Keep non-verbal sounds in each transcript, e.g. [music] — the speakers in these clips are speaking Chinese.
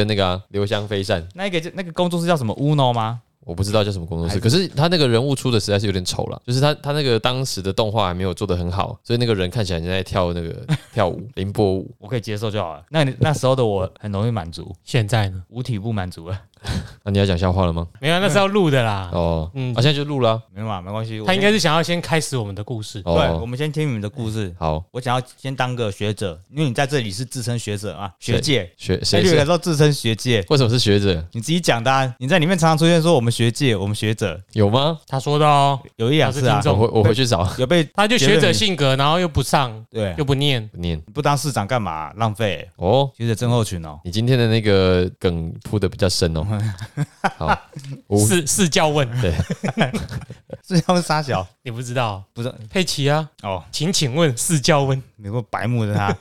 跟那个啊刘香飞扇，那个就那个工作室叫什么 Uno 吗？我不知道叫什么工作还室，是可是他那个人物出的实在是有点丑了，就是他他那个当时的动画还没有做的很好，所以那个人看起来像在跳那个跳舞凌波舞。我可以接受就好了。那你那时候的我很容易满足，现在呢？五体不满足了，那、你要讲笑话了吗？没有，啊那是要录的啦。哦，嗯啊，现在就录了啊、 [laughs] 没有嘛，没关系。我他应先该是想要先开始我们的故事。对，我哦，们先听你们的故事。好，我想要先当个学者，因为你在这里是自称学者啊，学界。学哎，谁你有是的？时候自称学界，为什么是学者？你自己讲的、啊。你在里面常常出现说我们学界，我们学者，有吗？他说的哦，有一两次他啊是，听我众回我回去找有被他就学者性格，然后又不上，啊对又不念，念不当市长干嘛、浪费、哦。学者症候群哦。 [laughs] 你今天的那个梗铺的比较深哦。好，五是是教问，是他们傻小，你不知道不是佩奇啊？哦，请请问是教问，你个白目的 [laughs] 他，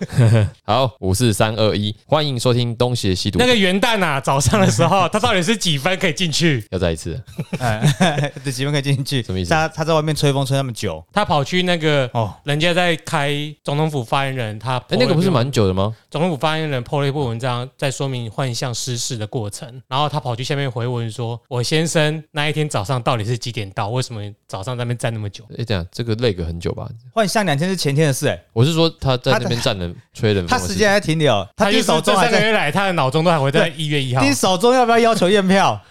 好，五四三二一，欢迎收听《东邪西毒》。那个元旦啊，早上的 [laughs] 时候，他到底是几分可以进去？要再一次，哎这几分可以进去。什么意思他他在外面吹风吹那么久他跑去那个哦，人家在开总统府发言人，他 po 哎、那个不是了一篇蛮久的吗？总统府发言人 PO 了一部文章，在说明幻象失事的过程，然后他跑去下面回文说：“我先生那一天早上到底是几点到？为什么早上在那边站那么久哎、这样这个累个很久吧？换上两天是前天的事哎、我是说他在他那边站人吹人风他的时事间情，还停留，？”他他第就一手是这中还三个在月来，他的脑中都还会在对一月一号盯，手中要不要要求验票？ [laughs]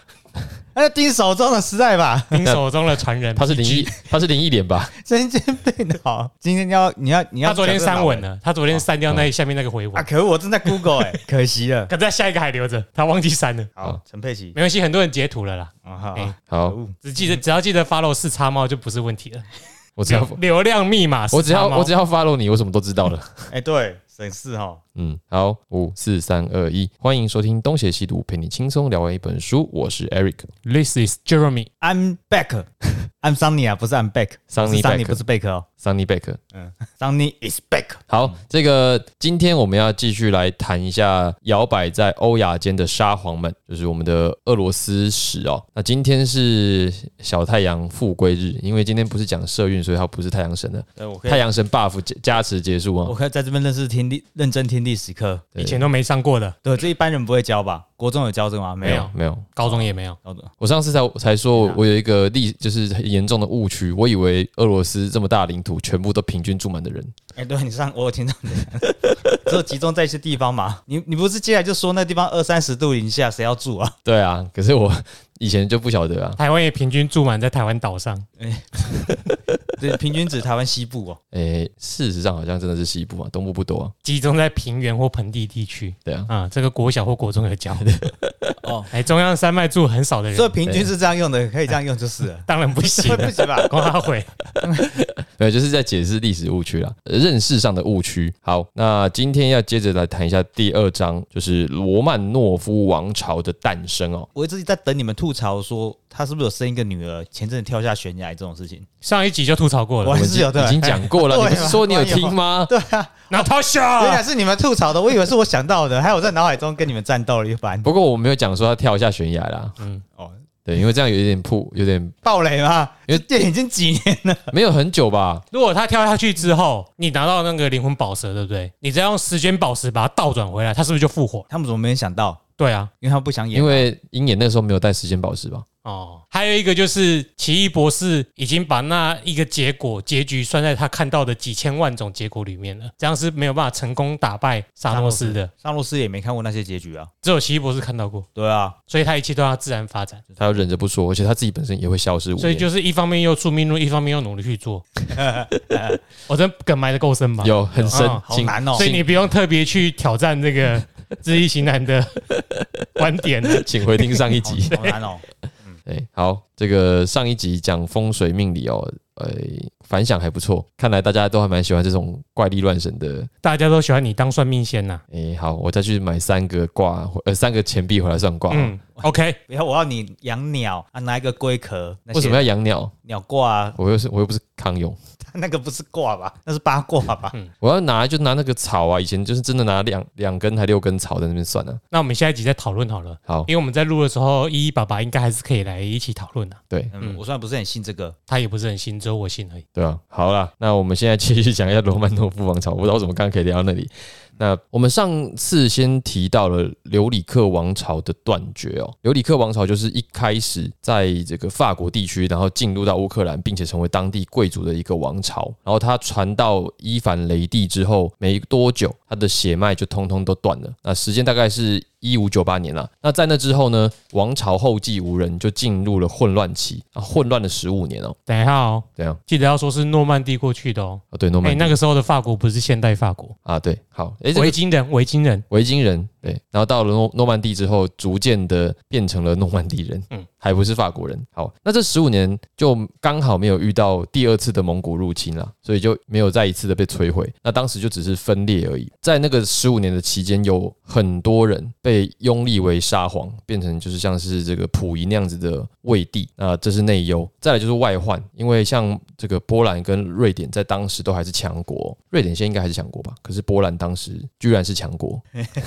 那盯手中的时代吧，您手中的传人。他是林一，他是林一脸吧？ [laughs] 神经病好，今天要你要你要他昨天讲这个删文老人了，他昨天删掉那下面那个回啊！文，可是我正在 Google 哎、 [laughs] 可惜了。可在下一个还留着，他忘记删了。好，陈佩琪，没关系，很多人截图了啦，啊好，哎可好，恶只记得只要记得 follow 四叉猫就不是问题了。我只要流量密码，我只要我只要要 follow 你，我什么都知道了。 [laughs] 哎，对，省事哦哈。嗯，好，五四三二一，欢迎收听《东邪西毒》，陪你轻松聊完一本书。我是 Eric， This is Jeremy。 I'm back，I'm Sunny 啊，不是 [laughs] I'm Sunny back，Sunny Sunny back 不是 back 哦 Sunny Back。 ，Sunny is back。好，这个今天我们要继续来谈一下摇摆在欧亚间的沙皇们，就是我们的俄罗斯史哦。那今天是小太阳复归日，因为今天不是讲社运，所以它不是太阳神的对，我可太以，阳神 buff 加加持结束我啊。可以在这边认识听力，认真听历史课。对以前都没上过的，对，这一般人不会教吧？国中有教这个吗？没有。没有，高中也没有。好的，我上次才才说我我有一个历就是很严重的误区，我以为俄罗斯这么大领土全部都平均住满的人，哎，对你上，我有听到你的，只有集中在一些地方嘛。你你不是接下来就说那地方二三十度零下，谁要住啊？ [laughs] 对啊，可是我 [laughs] 以前就不晓得啊。台湾也平均住满在台湾岛上，对，平均指台湾西部哦。诶、事实上好像真的是西部啊，东部不多啊。集中在平原或盆地地区。对啊，啊、这个国小或国中有教。哦， [laughs] 哎，中央山脉住很少的所以人，平均是这样用的，可以这样用就是 [laughs] 了。当然不行会 [laughs] 不了。行吧？光阿回，对，就是在解释历史误区啦，呃认识上的误区。好，那今天要接着来谈一下第二章，就是罗曼诺夫王朝的诞生哦。我一直在等你们吐槽说他是不是有生一个女儿，前阵子跳下悬崖这种事情。上一集就吐槽过我了。还哦我是有们对已经讲过了，对啊你不是说你有听吗？对啊，那他原来笑，是你们吐槽的，我以为是我想到的，还有我在脑海中跟你们战斗了一番。不过我没有讲说他跳一下悬崖啦，哦，对，因为这样有点铺，有点暴雷吗？因因为为电影已经几年了，没有很久吧？如果他跳下去之后，你拿到那个灵魂宝石，对不对？你再用时间宝石把它倒转回来，他是不是就复活？他们怎么没人想到？对啊，因为他们不想演因。为鹰眼那时候没有带时间宝石吧？哦，还有一个就是奇异博士已经把那一个结果结局算在他看到的几千万种结果里面了，这样是没有办法成功打败沙诺斯的，沙洛斯也没看过那些结局啊。只有奇异博士看到过，对啊，所以他一切都要自然发展。他又忍着不说，而且他自己本身也会消失无所以影。就是一方面又出命论，一方面又努力去 [laughs] 做。我真梗埋的够深吧？，有很深嗯，啊好请难哦所以你不用特别去挑战这个知易行难的观点啊 [laughs] 了。 [laughs] 请回听上一集。 [laughs] 好难 [laughs] 哦。对，好，这个上一集讲风水命理哦，呃，反响还不错，看来大家都还蛮喜欢这种怪力乱神的。大家都喜欢你当算命啊仙呐、诶，好，我再去买三个卦，呃，三个钱币回来算卦。嗯，嗯，OK，不要，我要你养鸟啊，拿一个龟壳。那些为什么要养鸟？鸟挂啊？ [laughs] 我又是我又不是康永，那个不是挂吧？那是八卦吧？嗯我要拿就拿那个草啊，以前就是真的拿两两根还六根草在那边算啊。那我们下一集再讨论好了。好，因为我们在录的时候，依依爸爸应该还是可以来一起讨论的、对嗯，嗯我虽然不是很信这个，他也不是很信，只有我信而已。对啊，好啦，那我们现在继续讲一下罗曼诺夫王朝。我不知道为什么刚刚可以聊到那里。那我们上次先提到了留里克王朝的断绝哦，留里克王朝就是一开始在这个法国地区，然后进入到乌克兰，并且成为当地贵族的一个王朝。然后他传到伊凡雷帝之后没多久，他的血脉就通通都断了。那时间大概是一五九八年啦。那在那之后呢，王朝后继无人，就进入了混乱期啊，混乱了十五年哦。等一下哦，怎样？记得要说是诺曼底过去的哦。哦，对，诺哎、曼底、那个时候的法国不是现代法国，啊，对，好，哎、这个维京人，维京人，维京人，对，然后到了诺诺曼底之后，逐渐的变成了诺曼底人，嗯嗯，还不是法国人。好，那这十五年就刚好没有遇到第二次的蒙古入侵啦，所以就没有再一次的被摧毁。那当时就只是分裂而已。在那个十五年的期间，有很多人被拥立为沙皇，变成就是像是这个溥仪那样子的魏帝，啊、这是内忧。再来就是外患，因为像这个波兰跟瑞典在当时都还是强国，瑞典现在应该还是强国吧？可是波兰当时居然是强国， [laughs]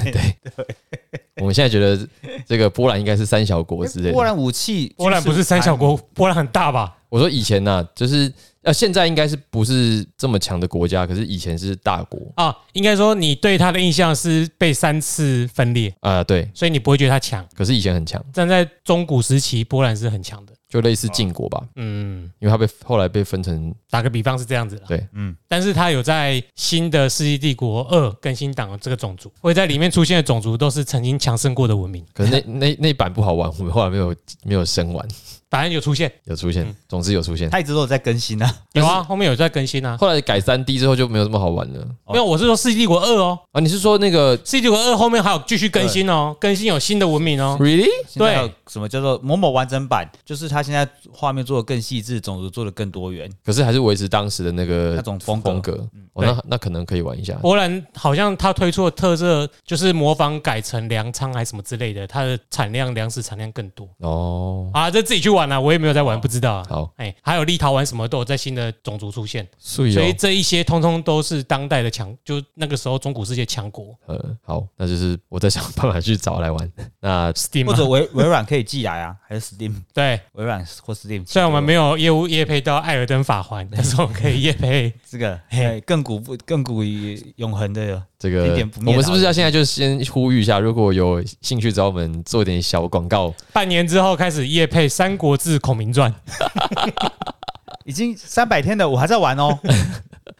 我们现在觉得这个波兰应该是三小国之类波的。兰武器，波兰不是三小国，波兰很大吧？我说以前呢、就是呃，现在应该是不是这么强的国家，可是以前是大国啊，应该说你对他的印象是被三次分裂，啊、对。所以你不会觉得他强。可是以前很强，站在中古时期，波兰是很强的。就类似晋国吧，嗯，因为它被后来被分成打个比方是这样子啦。对，嗯，但是他有在新的世纪帝国二更新档的这个种族，会在里面出现的种族都是曾经强盛过的文明，可是那那那一版不好玩， [laughs] 我们后来没有没有升完，答案有出现，有出现嗯，总之有出现。它一直都有在更新啊。有啊，后面有在更新啊。后来改三 D 之后就没有这么好玩了哦没有，我是说世纪帝国二哦，啊！你是说那个世纪帝国二后面还有继续更新哦，更新有新的文明哦。 really？现在还有什么叫做某某完整版？就是它现在画面做的更细致，种族做的更多元。可是还是维持当时的那个那种风格风格，哦，那那可能可以玩一下。波兰好像它推出的特色就是模仿改成粮仓还是什么之类的，它的产量粮食产量更多哦，啊，这自己去玩啊，我也没有在玩，不知道啊。好，哎，还有立陶宛什么都有在新的种族出现，所以所以这一些通通都是当代的强，就那个时候中古世界强国呃，好，那就是我再想办法去找来玩。那 Steam，或啊者微微软可以寄来啊， [laughs] 还是 Steam 对。微软或 Steam。虽然我们没有业务业配到《艾尔登 [laughs] 法环》，但是我们可以业配。这个嘿哎亘古不亘古与永恒的，这个经典不灭我们是不是的要现在就先呼吁一下，如果有兴趣找我们做点小广告，半年之后开始业配《三国志·孔明传》，已经三百天的我还在玩哦。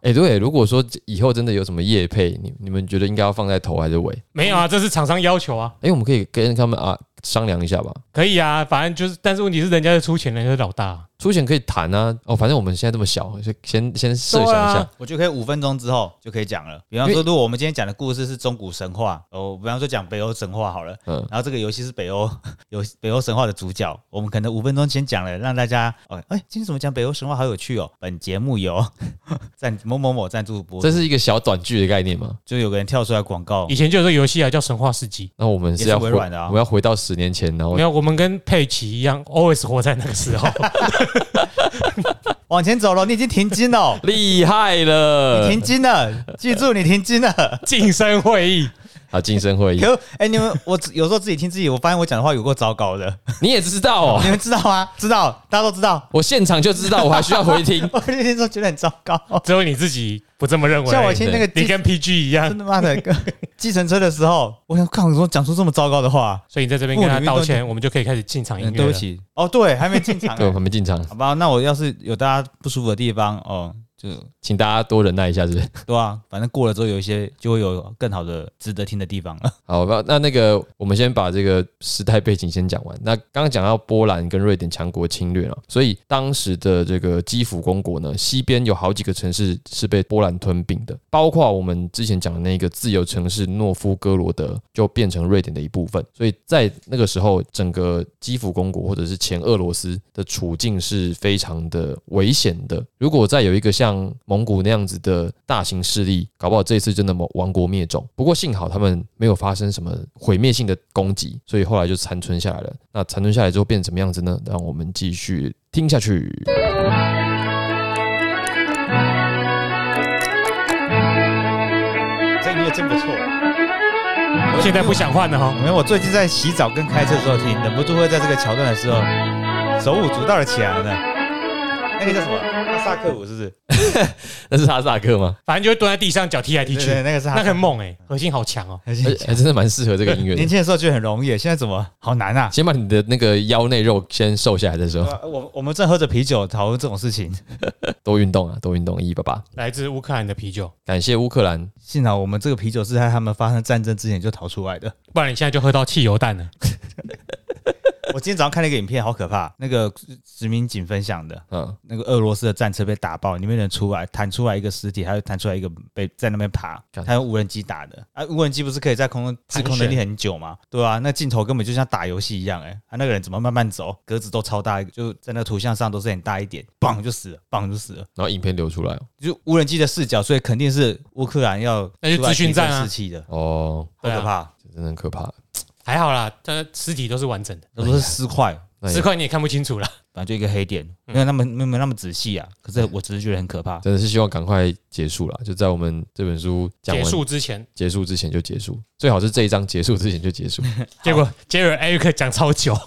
哎、对，如果说以后真的有什么业配，你你们觉得应该要放在头还是尾？没有啊，这是厂商要求啊，哎、我们可以跟他们啊商量一下吧，可以啊，反正就是，但是问题是人家是出钱，人家是老大啊、出钱可以谈啊。哦，反正我们现在这么小，就先先设想一下。对啊我就可以五分钟之后就可以讲了。比方因说，为如果我们今天讲的故事是中古神话，哦，比方说讲北欧神话好了，嗯然后这个游戏是北欧 [laughs] 有北欧神话的主角，我们可能五分钟先讲了，让大家哦，哎，今天怎么讲北欧神话好有趣哦。本节目由 [laughs] 赞某某某赞助播出，这是一个小短剧的概念嘛？就有个人跳出来广告以，前就有这个游戏啊，叫《神话世纪那我们也是是要微回，软的啊我们要回到十年前，然》，后。哦没有，我们跟佩奇一样，always 活在那 [laughs] 个时候。往前走了，你已经停经了 [laughs] 厉害了你，停经了，记住你停经了。 [laughs] 晋升会议，啊，晋升会议，可 [laughs] 哎、你们我有时候自己听自己，我发现我讲的话有够糟糕的，你也知道哦 [laughs] 你，们知道吗？知道，大家都知道。 [laughs] 我现场就知道，我还需要回听。我那天说觉得很糟糕，只有你自己不这么认为。像我听那个你计跟 PG 一样真，的妈的， [laughs] 跟计程车的时候，我想看我说讲出这么糟糕的话，所以你在这边跟他道不你歉，我们就可以开始进场音乐嗯了。对不起，哦，对，还没进场 [laughs] 对，我啊，还没进场，好吧，那我要是有大家不舒服的地方，哦，就请大家多忍耐一下，是不是？对啊，反正过了之后有一些就会有更好的值得听 [laughs] 的地方了。好，那那那个，我们先把这个时代背景先讲完。那刚刚讲到波兰跟瑞典强国侵略了，所以当时的这个基辅公国呢，西边有好几个城市是被波兰吞并的，包括我们之前讲的那个自由城市诺夫哥罗德，就变成瑞典的一部分。所以在那个时候，整个基辅公国或者是前俄罗斯的处境是非常的危险的。如果再有一个像蒙古那样子的大型势力，搞不好这一次真的亡国灭种。不过幸好他们没有发生什么毁灭性的攻击，所以后来就残存下来了。那残存下来之后变成什么样子呢？让我们继续听下去。这音乐真不错，现在不想换了哦哈。没有，我最近在洗澡跟开车的时候听，忍不住会在这个桥段的时候手舞足蹈的起来呢。那个叫什么？那萨克舞是不是？那是哈萨克 [laughs] 吗？反正就会蹲在地上脚踢来踢对去，对，那个是那他很猛哎、核心好强哦、很而且还真的蛮适合这个音乐 [laughs] 年的。轻的时候觉得很容易，现在怎么好难啊？先把你的那个腰内肉先瘦下来的时候，呃我我们正喝着啤酒讨论这种事情，多运动啊，多运动，一一八八。来自乌克兰的啤酒，感谢乌克兰，幸好我们这个啤酒是在他们发生战争之前就逃出来的。 [laughs] 不然你现在就喝到汽油弹了。我今天早上看了一个影片，好可怕，那个殖民警分享的，嗯，那个俄罗斯的战车被打爆，里面人出来弹出来一个尸体，还有弹出来一个被在那边爬干，他用无人机打的啊，无人机不是可以在空中自控能力很久吗？对啊，那镜头根本就像打游戏一样、欸，哎、啊，那个人怎么慢慢走，格子都超大，就在那个图像上都是很大一点，棒就死了，棒就死了。然后影片流出来哦就无人机的视角，所以肯定是乌克兰要那就出来资讯战提啊升士气的，哦，好对啊可怕，这真的很可怕。还好啦，但尸体都是完整的，都是尸块，那也尸块你也看不清楚啦。反正就一个黑点，没有那么没有那么仔细啊。可是我只是觉得很可怕。真的是希望赶快结束了，就在我们这本书讲结完束之前，结束之前就结束，最好是这一章结束之前就结束。结果杰瑞 Eric 讲超久，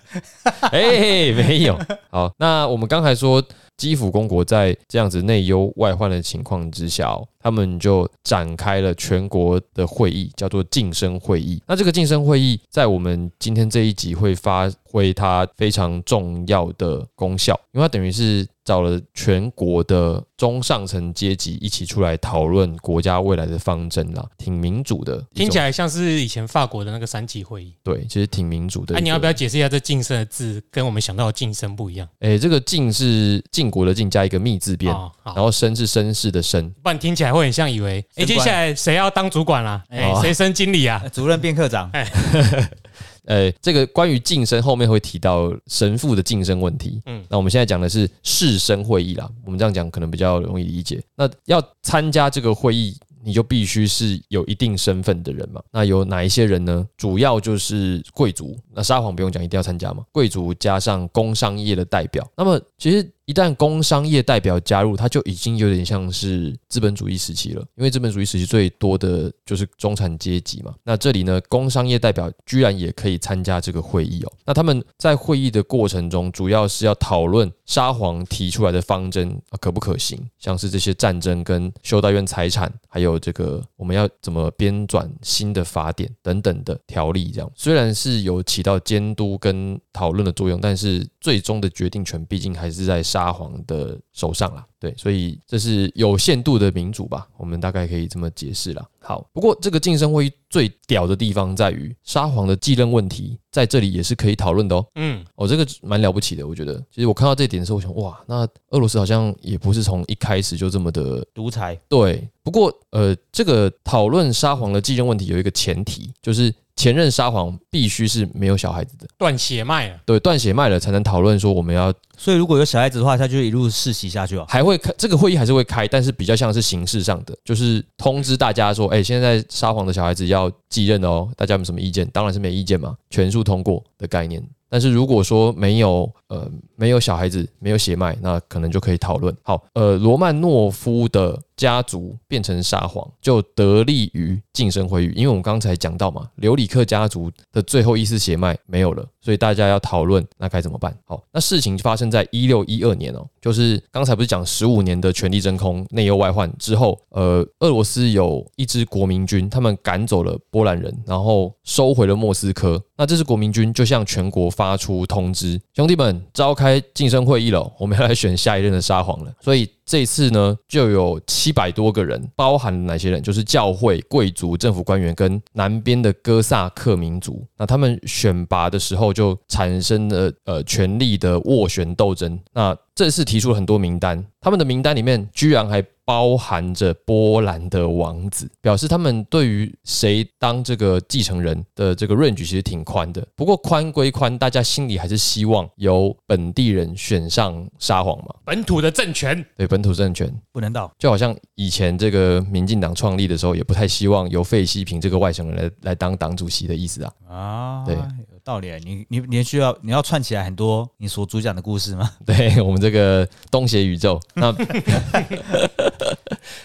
[laughs] 哎、没有。好，那我们刚才说，基辅公国在这样子内忧外患的情况之下、哦，他们就展开了全国的会议，叫做晋升会议。那这个晋升会议，在我们今天这一集会发挥它非常重要的功效，因为它等于是。找了全国的中上层阶级一起出来讨论国家未来的方针啦，挺民主的一种，听起来像是以前法国的那个三级会议。对，其实挺民主的一那、个。啊你要不要解释一下这“晋升”的字跟我们想到的“晋升”不一样？诶，这个晋是晋国的晋加一个密字边，哦，好，然后绅是绅士的绅，不然听起来会很像以为，升官哎、接下来谁要当主管啦、哎、哦谁升经理啊呃？主任变科长，诶，呃这个关于晋升后面会提到神父的晋升问题。嗯嗯，那我们现在讲的是士绅会议啦，我们这样讲可能比较容易理解。那要参加这个会议。你就必须是有一定身份的人嘛？那有哪一些人呢？主要就是贵族，那沙皇不用讲，一定要参加嘛。贵族加上工商业的代表，那么其实一旦工商业代表加入，它就已经有点像是资本主义时期了，因为资本主义时期最多的就是中产阶级嘛。那这里呢，工商业代表居然也可以参加这个会议哦。那他们在会议的过程中，主要是要讨论沙皇提出来的方针、啊、可不可行，像是这些战争跟修道院财产，还有这个我们要怎么编转新的法典等等的条例。这样虽然是有起到监督跟讨论的作用，但是最终的决定权毕竟还是在沙皇的手上啦。对，所以这是有限度的民主吧，我们大概可以这么解释啦。好，不过这个晋升会议最屌的地方在于，沙皇的继任问题在这里也是可以讨论的哦。嗯，哦，这个蛮了不起的，我觉得。其实我看到这一点的时候，我想，哇，那俄罗斯好像也不是从一开始就这么的独裁，对。不过，呃，这个讨论沙皇的继任问题有一个前提，就是前任沙皇必须是没有小孩子的，断血脉啊了，对，断血脉了才能讨论说我们要所以如果有小孩子的话，他就一路世袭下去哦。还会开这个会议还是会开，但是比较像是形式上的，就是通知大家说，哎、现在沙皇的小孩子要继任哦，大家有没有什么意见？当然是没意见嘛，全数通过的概念。但是如果说没有呃没有小孩子没有血脉，那可能就可以讨论。好，呃，罗曼诺夫的家族变成沙皇，就得利于晋升会议，因为我们刚才讲到嘛，留里克家族的最后一丝血脉没有了，所以大家要讨论那该怎么办。好，那事情发生在一六一二年哦，就是刚才不是讲十五年的权力真空、内忧外患之后，呃，俄罗斯有一支国民军，他们赶走了波兰人，然后收回了莫斯科。那这支国民军就向全国发出通知：兄弟们，召开晋升会议了，我们要来选下一任的沙皇了。所以这一次呢，就有七百多个人，包含了哪些人？就是教会、贵族、政府官员跟南边的哥萨克民族。那他们选拔的时候就产生了呃权力的斡旋斗争。那这次提出了很多名单，他们的名单里面居然还包含着波兰的王子，表示他们对于谁当这个继承人的这个 range 其实挺宽的。不过宽归宽，大家心里还是希望由本地人选上沙皇嘛，本土的政权对本土政权。不能到，就好像以前这个民进党创立的时候，也不太希望由费希平这个外省人来来当党主席的意思啊。啊，对有道理。你你你需要你要串起来很多你所主讲的故事吗？ [laughs] 对 [laughs] 我们这个东协宇宙，那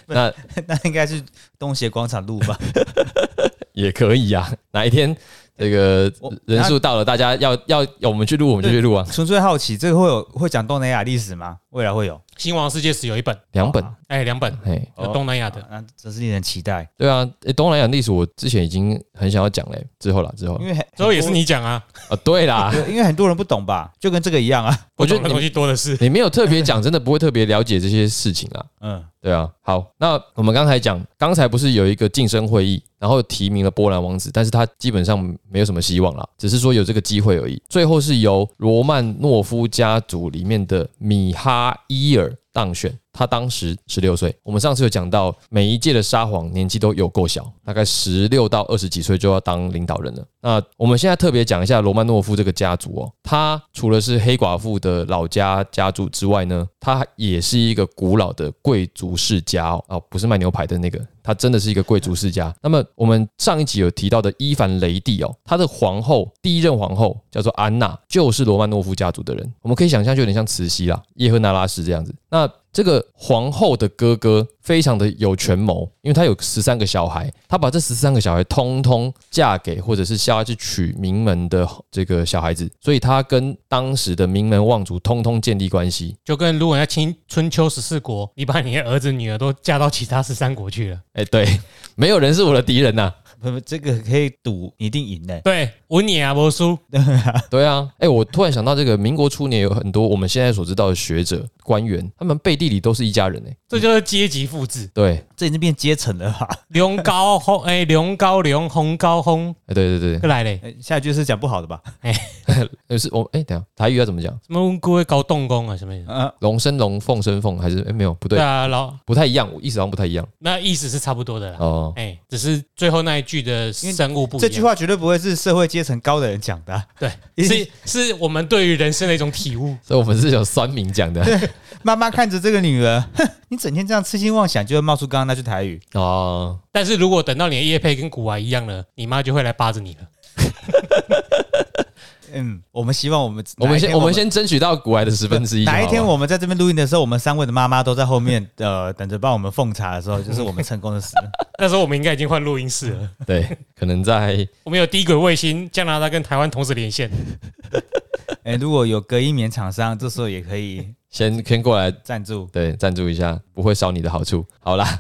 那 [laughs] 那应该是东协广场路吧？也可以啊。哪一天这个我人数到了，大家要要要我们去录，我们就去 [laughs] 录啊，纯粹好奇，这个会有会讲东南亚历史吗？未来会有新王世界史有一本，两本，哎，两本嘿，哦有东南亚的，那真是令人期待。对啊，诶东南亚历史我之前已经很想要讲嘞，之后啦，之后啦 [laughs] 因为很之后也是你讲啊，啊，对啦，对因为很多人不懂吧，就跟这个一样啊。我觉懂得的东你西多的是。你没有特别讲，真的不会特别了解这些事情啊。嗯， [laughs] 对啊，好，那我们刚才讲，刚才不是有一个晋升会议，然后提名了波兰王子，但是他基本上没有什么希望啦，只是说有这个机会而已。最后是由罗曼诺夫家族里面的米哈伊尔当选，他当时十六岁。我们上次有讲到，每一届的沙皇年纪都有够小，大概十六到二十几岁就要当领导人了。那我们现在特别讲一下罗曼诺夫这个家族哦，他除了是黑寡妇的老家家族之外呢，他也是一个古老的贵族世家哦，哦不是卖牛排的那个，他真的是一个贵族世家。那么我们上一集有提到的伊凡雷帝哦，他的皇后第一任皇后叫做安娜，就是罗曼诺夫家族的人。我们可以想象，就有点像慈禧啦、叶赫那拉氏这样子。那这个皇后的哥哥非常的有权谋，因为他有十三个小孩，他把这十三个小孩通通嫁给或者是下去娶名门的这个小孩子，所以他跟当时的名门望族通通建立关系。就跟如果要清春秋十四国，你把你的儿子女儿都嫁到其他十三国去了。哎，对， [laughs] 没有人是我的敌人呐、不不，这个可以赌，你一定赢的。对，文也啊，伯叔， [laughs] 对啊，哎、我突然想到，这个民国初年有很多我们现在所知道的学者、官员，他们背地里都是一家人哎、这就是阶级复制。对，这已经变阶层了吧？龙高轰，哎，龙高龙，红高轰，哎对对对过来嘞，哎下一句是讲不好的吧？呃，是我哎、等一下台语要怎么讲？什么各位搞动工啊，什么意思？嗯，龙生龙，凤生凤，还是哎、没有不对，对啊，老不太一样，我意思好像不太一样那意思是差不多的啦。哦。哎，只是最后那一句的生物不一这样。句话绝对不会是社会阶层高的人讲的啊、对， [laughs] 是是我们对于人生的一种体悟。所以我们是有酸民讲的妈妈看着这个女儿，哼，你整天这样痴心妄想，就会冒出刚刚那句台语。哦。但是如果等到你的叶配跟古玩一样了，你妈就会来扒着你了。嗯，我们希望我们我们先哪一天我们先争取到古癌的十分之一就好哪了。一天我们在这边录音的时候，我们三位的妈妈都在后面，呃，等着帮我们奉茶的时候，就是我们成功的事。那时候我们应该已经换录音室了。对，可能在我们有低轨卫星，加拿大跟台湾同时连线。 [laughs] 哎、如果有隔音棉厂商，这时候也可以先先过来赞助。对，赞助一下，不会少你的好处。好啦，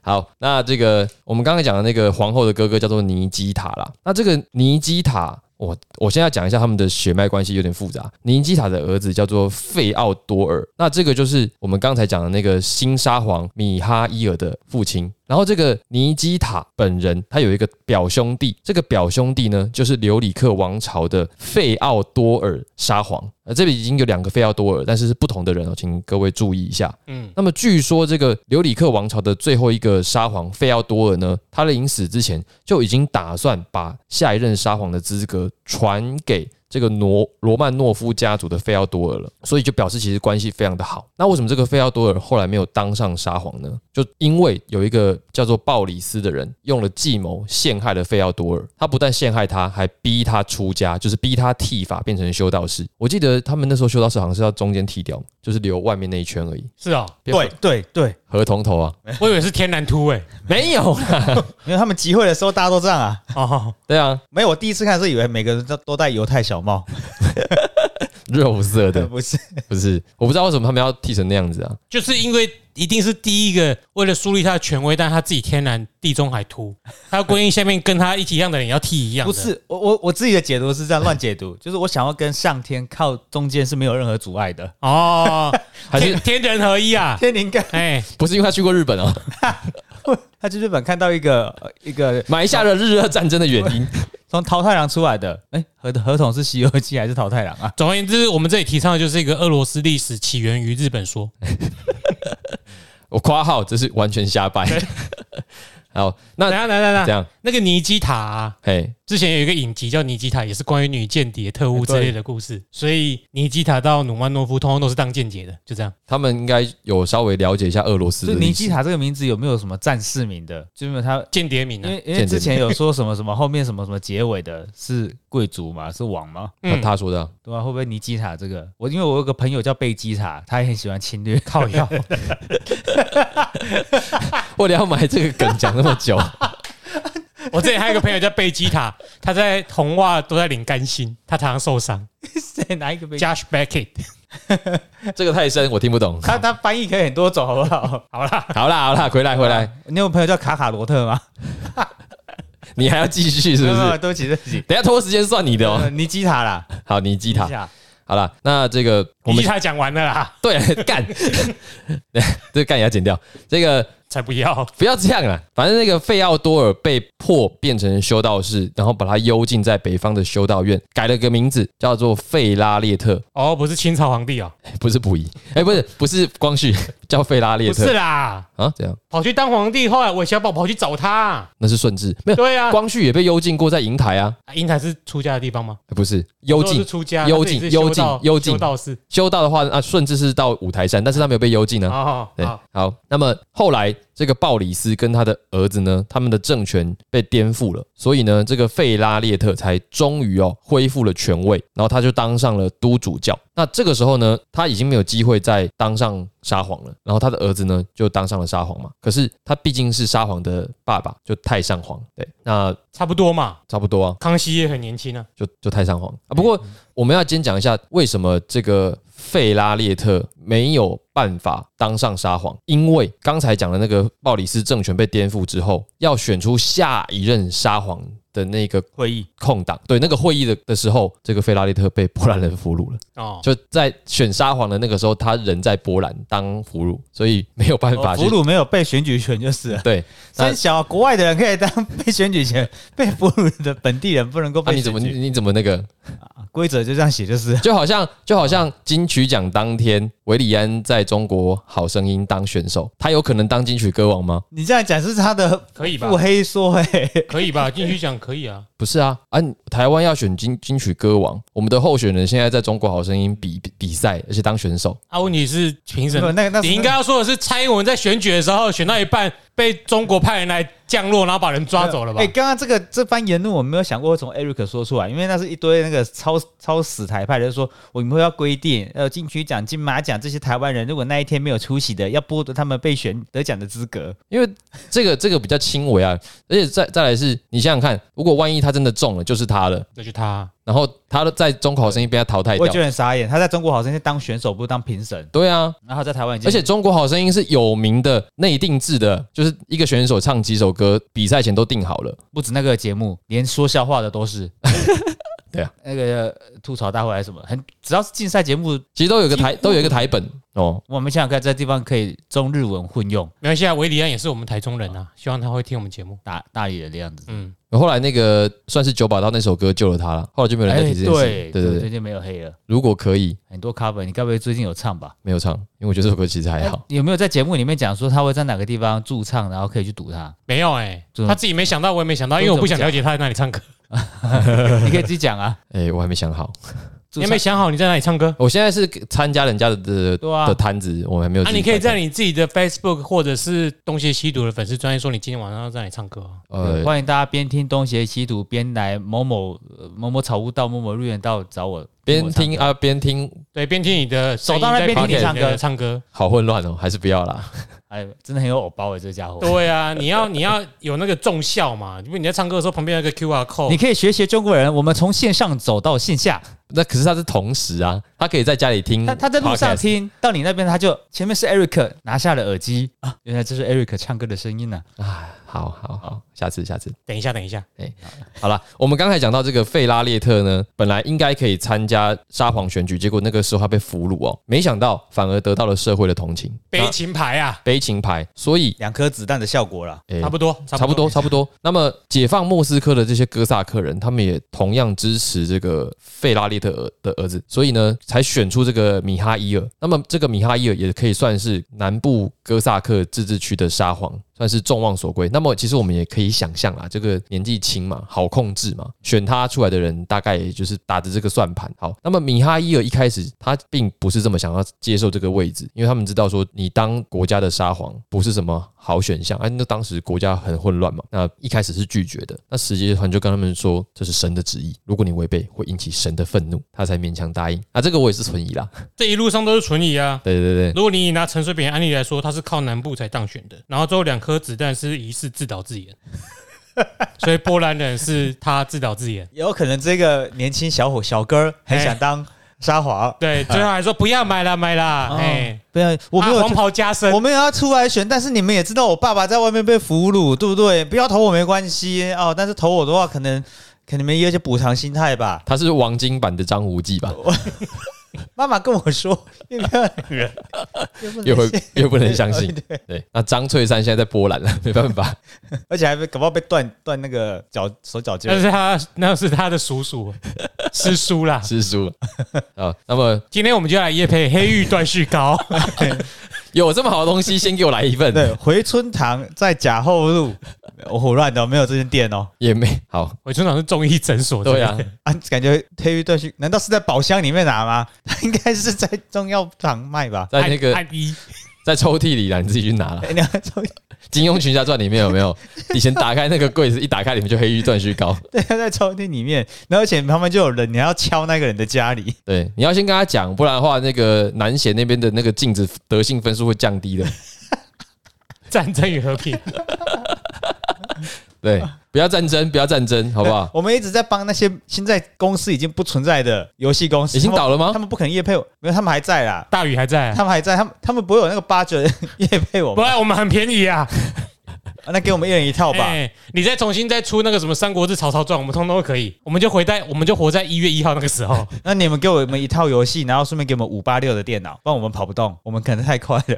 好，那这个我们刚才讲的那个皇后的哥哥叫做尼基塔啦。那这个尼基塔，我我现在讲一下他们的血脉关系有点复杂。尼基塔的儿子叫做费奥多尔，那这个就是我们刚才讲的那个新沙皇米哈伊尔的父亲。然后这个尼基塔本人，他有一个表兄弟，这个表兄弟呢就是留里克王朝的费奥多尔沙皇。呃，这里已经有两个费奥多尔，但是是不同的人哦，请各位注意一下。嗯，那么据说这个留里克王朝的最后一个沙皇费奥多尔呢，他的临死之前就已经打算把下一任沙皇的资格传给。这个罗罗曼诺夫家族的费奥多尔了，所以就表示其实关系非常的好。那为什么这个费奥多尔后来没有当上沙皇呢？就因为有一个叫做鲍里斯的人用了计谋陷害了费奥多尔，他不但陷害他，还逼他出家，就是逼他剃发变成修道士。我记得他们那时候修道士好像是要中间剃掉，就是留外面那一圈而已。是哦，对对对，河童头啊，我以为是天然突哎、没有啦，因为他们集会的时候大家都这样啊。哦，对啊，没有，我第一次看的时候以为每个人都都戴犹太小帽，肉色的 [laughs] 不是？不是，我不知道为什么他们要剃成那样子啊，就是因为一定是第一个为了树立他的权威，但他自己天然地中海秃，他要规定下面跟他一起一样的人也要剃一样不的，是，我我我自己的解读是 [laughs] 这样乱解读，就是我想要跟上天靠中间是没有任何阻碍 [laughs] 的。哦，还是天天人合 [laughs] 一啊，天灵盖，哎，不是因为他去过日本 [laughs] 哦，他去日本看到一个呃一个埋下了日俄战争的原因。从桃太郎出来的，哎、合合同是西游记还是桃太郎啊？总而言之，我们这里提倡的就是一个俄罗斯历史起源于日本说，我括号这是完全瞎掰。 [laughs] 好，那等一下等一下等一这下，样，那个尼基塔啊、嘿，之前有一个影集叫《尼基塔》，也是关于女间谍、特务之类的故事，所以尼基塔到努曼诺夫通通都是当间谍嗯的，就这样。他们应该有稍微了解一下俄罗斯就的尼历史基塔这个名字有没有什么战士名的？就没有他，间谍名因啊，为因为间谍之前有说什么什么后面什么什么结尾的是贵族嘛，是王吗？他嗯，他说的啊，对吧、会不会尼基塔这个？我因为我有个朋友叫贝基塔，他也很喜欢侵略。靠药， [laughs] 为了要买这个梗讲那么久，我之前还有一个朋友叫贝 [laughs] 吉塔，他在红袜都在领干薪，他常常受伤。谁拿一个杯？ Josh Beckett，这个太深，我听不 [laughs] 懂。他他翻译可以很多种，好不好？ [laughs] 好啦，好啦好啦，回来回来，啊你有朋友叫卡卡罗特吗？你还要继续是不没有没有是？ [laughs] 对不起，对不起。等一下拖时间算你的哦。呃尼基塔啦，好，你吉他尼基塔好了，那这个我我们们他讲完了啦，对 [laughs] 干，这个干也要剪掉。这个才不要。不要这样啦，反正那个费奥多尔被迫变成修道士，然后把他幽禁在北方的修道院，改了个名字叫做费拉列特，哦，不是清朝皇帝哦，不是溥仪，哎、不是不是光绪，叫费拉列不特是啦，啊，这样跑去当皇帝，后来韦小宝跑去找他、那是顺治，没有对啊，光绪也被幽禁过在银台啊，哎啊英台是出家的地方吗？不是幽说是禁出家，幽他自己禁是修幽禁道幽禁修道士。修道的话啊，顺治是到五台山，但是他没有被幽禁啊，哦，对好，，好，那么后来这个鲍里斯跟他的儿子呢，他们的政权被颠覆了，所以呢，这个费拉列特才终于哦恢复了权位，然后他就当上了都主教。那这个时候呢，他已经没有机会再当上沙皇了，然后他的儿子呢就当上了沙皇嘛。可是他毕竟是沙皇的爸爸，就太上皇，对，那差不多嘛。差不多啊，康熙也很年轻啊，就就太上皇嗯啊。不过我们要先讲一下，为什么这个费拉列特没有办法当上沙皇？因为刚才讲的那个鲍里斯政权被颠覆之后，要选出下一任沙皇的那个会议空档，对那个会议的的时候，这个费拉列特被波兰人俘虏了。哦，就在选沙皇的那个时候，他人在波兰当俘虏，所以没有办法哦去。俘虏没有被选举权就是了。对，啊那三小国外的人可以当被选举权， [laughs] 被俘虏的本地人不能够那、被你选怎么你举。你怎么那个？规则就这样写就是了。 [laughs] 就好像就好像金曲奖当天，韦礼安在中国好声音当选手，他有可能当金曲歌王吗？你这样讲是他的可 [laughs] 以吧腹？黑说哎、可以吧？进去讲可以啊。不是啊，啊，台湾要选金金曲歌王，我们的候选人现在在中国好声音比比比赛，而且当选手，啊，问题是评审没有，那个那是你应该要说的是，蔡英文在选举的时候选到一半，被中国派人来降落，然后把人抓走了吧哎、？刚刚这个这番言论我没有想过会从 Eric 说出来，因为那是一堆那个超超死台派的，就是说我们会要规定，呃，金曲奖、金马奖这些台湾人，如果那一天没有出席的，要剥夺他们被选得奖的资格。因为这个这个比较轻微啊，而且再再来是你想想看，如果万一他真的中了，就是他了，那就他然后他在中国好声音被他淘汰我掉也觉，得很傻眼，他在中国好声音当选手，不是当评审，对啊，然后在台湾已经而且中国好声音是有名的内定制的，就是一个选手唱几首歌，比赛前都定好了。不止那个节目，连说笑话的都 [laughs] 是。对啊，那个呃吐槽大会还是什么，很只要是竞赛节目，其实都有一个台，都有一个台本哦。我们想想看，这地方可以中日文混用，没关系啊。维里安也是我们台中人啊，希望他会听我们节目。大大理人的样子。嗯，后来那个算是九把刀那首歌救了他了，后来就没有人再提这件事。哎对对对最对，近没有黑了，如果可以，很多 cover，你该不会最近有唱吧？哎没有唱，因为我觉得这首歌其实还好。有没有在节目里面讲说他会在哪个地方驻唱，然后可以去堵他？没有哎这，他自己没想到，我也没想到，因为我不想了解他在哪里唱歌。你可以自己讲 [laughs] 啊。哎、我还没想好，驻你有唱没有想好你在哪里唱歌？我现在是参加人家的的对啊的摊子，我还没有啊，自己你开摊。可以在你自己的 Facebook 或者是东邪西毒的粉丝专业说你今天晚上要在哪里唱歌啊。呃，欢迎大家边听东邪西毒边来某某呃某某草悟道某某绿园道找我，边听我唱听啊边听，对，边听你的声音，走到那边再旁边听你唱歌对唱歌。好混乱哦，还是不要啦。哎，真的很有偶包哎，这家伙。对啊，你要你要有那个重效嘛，因为你在唱歌的时候旁边有一个 QR code，你可以学学中国人，我们从线上走到线下。那可是他是同时啊，他可以在家里听，他他在路上，听到你那边，他就前面是 Eric 拿下了耳机啊，原来这是 Eric 唱歌的声音呢、啊哎，好好好，下次下次。等一下，等一下，好了，我们刚才讲到这个费拉列特呢，本来应该可以参加沙皇选举，结果那个时候他被俘虏哦，没想到反而得到了社会的同情，悲那情牌啊，悲情牌，所以两颗子弹的效果啦。诶差不多，嗯差不多，差不多。那么，解放莫斯科的这些哥萨克人，他们也同样支持这个费拉列特儿的儿子，所以呢，才选出这个米哈伊尔。那么，这个米哈伊尔也可以算是南部哥萨克自治区的沙皇，算是众望所归。那么，其实我们也可以想象啊，这个年纪轻嘛，好控制嘛，选他出来的人大概也就是打着这个算盘。好，那么米哈伊尔一开始他并不是这么想要接受这个位置，因为他们知道说你当国家的沙皇不是什么好选项，哎，那当时国家很混乱嘛，那一开始是拒绝的。那使节团就跟他们说这是神的旨意，如果你违背会引起神的愤怒，他才勉强答应。啊，这个我也是存疑啦。这一路上都是存疑啊。对对对对，如果你以拿陈 [laughs] 水扁案例来说，他是靠南部才当选的，然后最后两颗子弹是疑似自导自演，所以波兰人是他自导自演。也有可能这个年轻小伙小哥很想当沙皇， [laughs] 对，最后还说不要买啦买啦，哦哎，不要，我没啊有黄袍加身我，们也要出来选，但是你们也知道我爸爸在外面被俘虏，对不对？不要投我没关系哦，但是投我的话，可能可能你们也有一些补偿心态吧。他是王金版的张无忌吧？ [laughs] 妈妈跟我说，又不要人，又会信。又不能相信对，对，那张翠山现在在波兰了，没办法。而且还被搞不好被断断那个脚手脚筋 [laughs] 那。是他那是他的叔叔师叔啦。师叔啊，那么今天我们就来夜配黑玉断续膏，有这么好的东西，先给我来一份。对，回春堂在甲后路，我胡乱的哦，没有这间店哦。也没好，我村长是中医诊所，对啊，，啊，感觉黑玉断续，难道是在宝箱里面拿吗？ [laughs] 他应该是在中药厂卖吧？ [laughs] 在那个按按一在抽屉里啦，你自己去 [laughs] 拿啦。哎你要抽《金庸群侠传》里面有没有？以前打开那个柜子，一打开里面就黑玉断续膏。 [laughs] 对，在抽屉里面，然后而且旁边就有人，你还要敲那个人的家里。对，你要先跟他讲，不然的话，那个南贤那边的那个镜子德性分数会降低的。战争与和平， [laughs] 对，不要战争，不要战争，好不好？ [laughs] 我们一直在帮那些现在公司已经不存在的游戏公司，已经他们倒了啊吗他？们不肯业配我，没有，他们还在啦，大禹还在啊，他们还在，他们他们不会有那个八折业配我不们，然我们很便宜啊，啊那给我们一人一套吧。哎你再重新再出那个什么《三国志》《曹操传》，我们通通都可以，我们就回在，我们就活在一月一号那个时候。那你们给我们一套游戏，然后顺便给我们五八六的电脑，不然我们跑不动，我们可能太快了，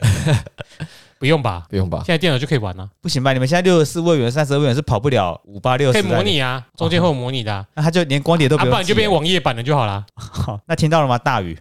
[laughs] 不用吧？不用吧现？在电脑就可以玩了，不行吧？你们现在六十四位元、三十二位元是跑不了五八六，可以模拟啊，中间会有模拟的啊，那他就连光碟都啊不不用然寄就变了网页版的就好啦。 [laughs] 好那听到了吗？大宇，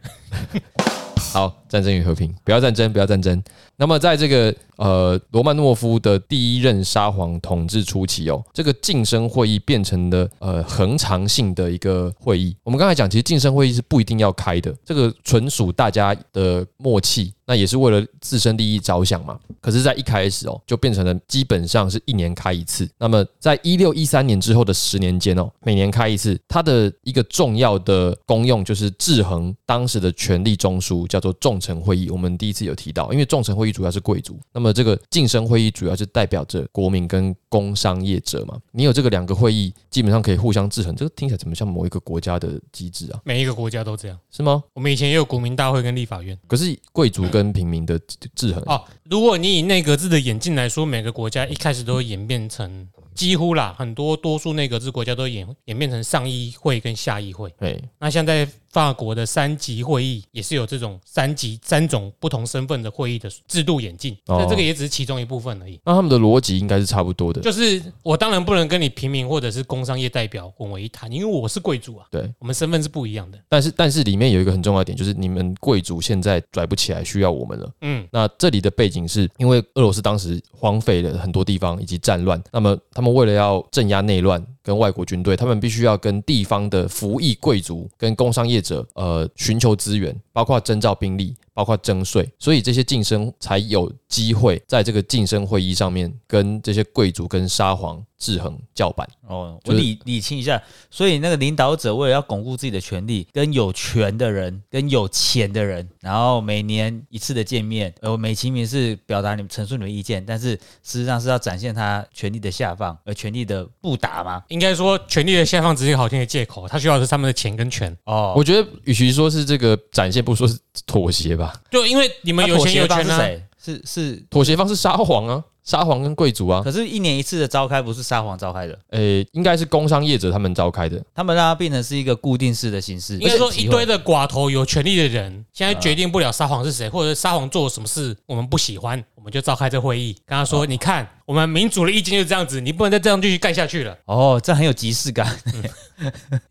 好，战争与和平，不要战争，不要战争。那么，在这个呃罗曼诺夫的第一任沙皇统治初期哦，这个晋升会议变成了呃恒常性的一个会议。我们刚才讲，其实晋升会议是不一定要开的，这个纯属大家的默契，那也是为了自身利益着想嘛。可是，在一开始哦，就变成了基本上是一年开一次。那么，在一六一三年之后的十年间哦，每年开一次。它的一个重要的功用就是制衡当时的权力中枢，叫做重臣会议。我们第一次有提到，因为重臣会议主要是贵族，那么这个晋升会议主要是代表着国民跟工商业者嘛。你有这个两个会议，基本上可以互相制衡。这个听起来怎么像某一个国家的机制啊？每一个国家都这样。是吗？我们以前也有国民大会跟立法院可是贵族跟平民的制制衡哦。如果你以内阁制的演进来说，每个国家一开始都会演变成几乎啦，很多多数内阁制国家都演演变成上议会跟下议会。哎，那像在法国的三级会议，也是有这种三级三种不同身份的会议的制度演进，哦那这个也只是其中一部分而已。那他们的逻辑应该是差不多的。就是我当然不能跟你平民或者是工商业代表混为一谈，因为我是贵族啊，对，我们身份是不一样的。但是但是里面有一个很重要的点，就是你们贵族现在拽不起来，需要我们了。嗯，那这里的背景是因为俄罗斯当时荒废了很多地方以及战乱，那么他们为了要镇压内乱跟外国军队，他们必须要跟地方的服役贵族跟工商业者呃寻求资源，包括征召兵力，包括征税，所以这些晋升才有机会在这个晋升会议上面跟这些贵族跟沙皇制衡叫板。哦，就我是理理清一下，所以那个领导者为了要巩固自己的权利，跟有权的人、跟有钱的人，然后每年一次的见面，呃，美其名是表达你们陈述你们意见，但是事实上是要展现他权力的下放，而权力的不达嘛。应该说权力的下放只是一个好听的借口，他需要的是他们的钱跟权。哦，我觉得与其说是这个展现，不如说是妥协吧。就因为你们有妥钱有协方权是啊，谁？是是，妥协方是沙皇啊，沙皇跟贵族啊，可是一年一次的召开不是沙皇召开的，诶、应该是工商业者他们召开的。他们让它变成是一个固定式的形式。应该说一堆的，的寡头有权力的人，现在决定不了沙皇是谁，或者沙皇做了什么事，我们不喜欢，我们就召开这会议，跟他说：“你看，我们民主的意见就是这样子，你不能再这样继续干下去了。哦，这很有即视感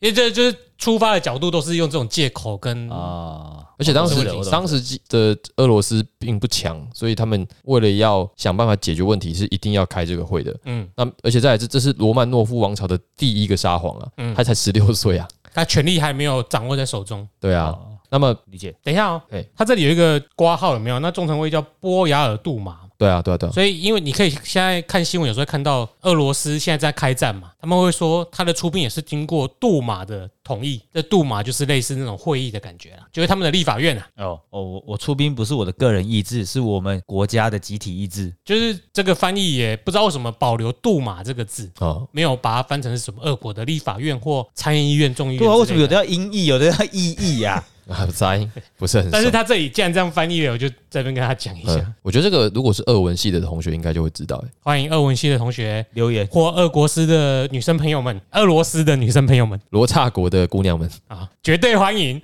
因为这就是出发的角度都是用这种借口跟哦。而且当时我懂了我懂了当时的俄罗斯并不强，所以他们为了要想办法解决问题，是一定要开这个会的。嗯，那而且再来，这这是罗曼诺夫王朝的第一个沙皇啊，嗯他才十六岁啊，他权力还没有掌握在手中。对啊。哦那么理解等一下哦对，他这里有一个挂号有没有？那中成会叫波雅尔杜马，对啊，对啊，对啊，所以，因为你可以现在看新闻，有时候会看到俄罗斯现在在开战嘛，他们会说他的出兵也是经过杜马的同意，这杜马就是类似那种会议的感觉啦，就是他们的立法院啊，哦哦，我我出兵不是我的个人意志，是我们国家的集体意志。就是这个翻译也不知道为什么保留杜马这个字，哦，没有把它翻成是什么俄国的立法院或参议院、众议院之对类啊，的。为什么有的要音译，有的要意译呀？啊， [laughs] 不在，不是很熟。但是他这里既然这样翻译了，我就这边跟他讲一下。嗯，我觉得这个如果是俄文系的同学应该就会知道，欸欢迎俄文系的同学 [laughs] 留言或俄国斯的女生朋友们，俄罗斯的女生朋友们罗刹国的姑娘们，啊，绝对欢迎。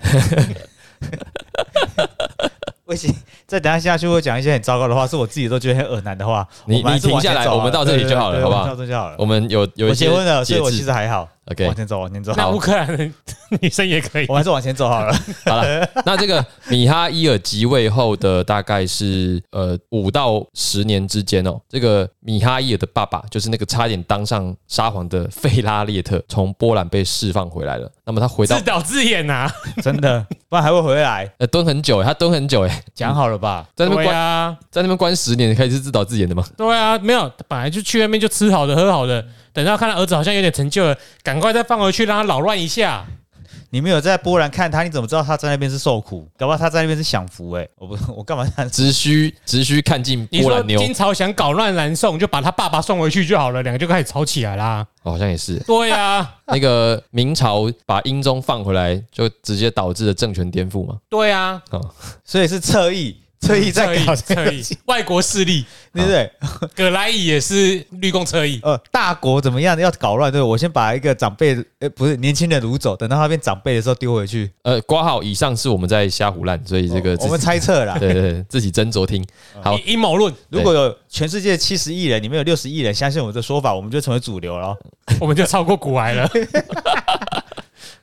不行，再等一下下去，我讲一些很糟糕的话，是我自己都觉得很耳难的话。你我们还是你停下往前来走好了啊我们到这里就好了对对对好不好我们到这里就好了。我们有有一呃我些结婚了，所以节我其制实。还 [laughs] 好。 OK 往前走，往前走。那乌克兰的女生也可以我。还是往前走好了。好了，那这个米哈伊尔即位后的大概是呃五到十年之间哦，这个米哈伊尔的爸爸就是那个差点当上沙皇的费拉列特，从波兰被释放回来了。那么他回到自导自演呐、啊，真的，不然还会回来。嗯呃蹲很久欸，他蹲很久哎，讲好了吧？在那边对关啊，在那边关十年，开始自导自演的吗？对啊，没有，本来就去那边就吃好的喝好的，等到看到儿子好像有点成就了，赶快再放回去让他扰乱一下。你没有在波兰看他，你怎么知道他在那边是受苦？搞不好他在那边是享福哎、我不，我干嘛看？直须直须看尽你波说兰妞，金朝想搞乱南宋，就把他爸爸送回去就好了，两个就开始吵起来啦。哦好像也是对啊，那个明朝把英宗放回来，就直接导致了政权颠覆嘛。哦 [laughs] 对啊， [laughs] 所以是侧翼，侧翼在搞这侧个翼事情，外国势力， [laughs] 对不对？葛莱伊也是绿共侧翼。呃，大国怎么样要搞乱？对我先把一个长辈，呃，不是年轻人掳走，等到他变长辈的时候丢回去。呃，挂号以上是我们在瞎胡乱，所以这个哦自己我们猜测啦。对对对，自己斟酌听。好阴阴谋论，如果有全世界七十亿人，里面有六十亿人相信我的说法，我们就成为主 [laughs] 流了。我们就超过古癌了。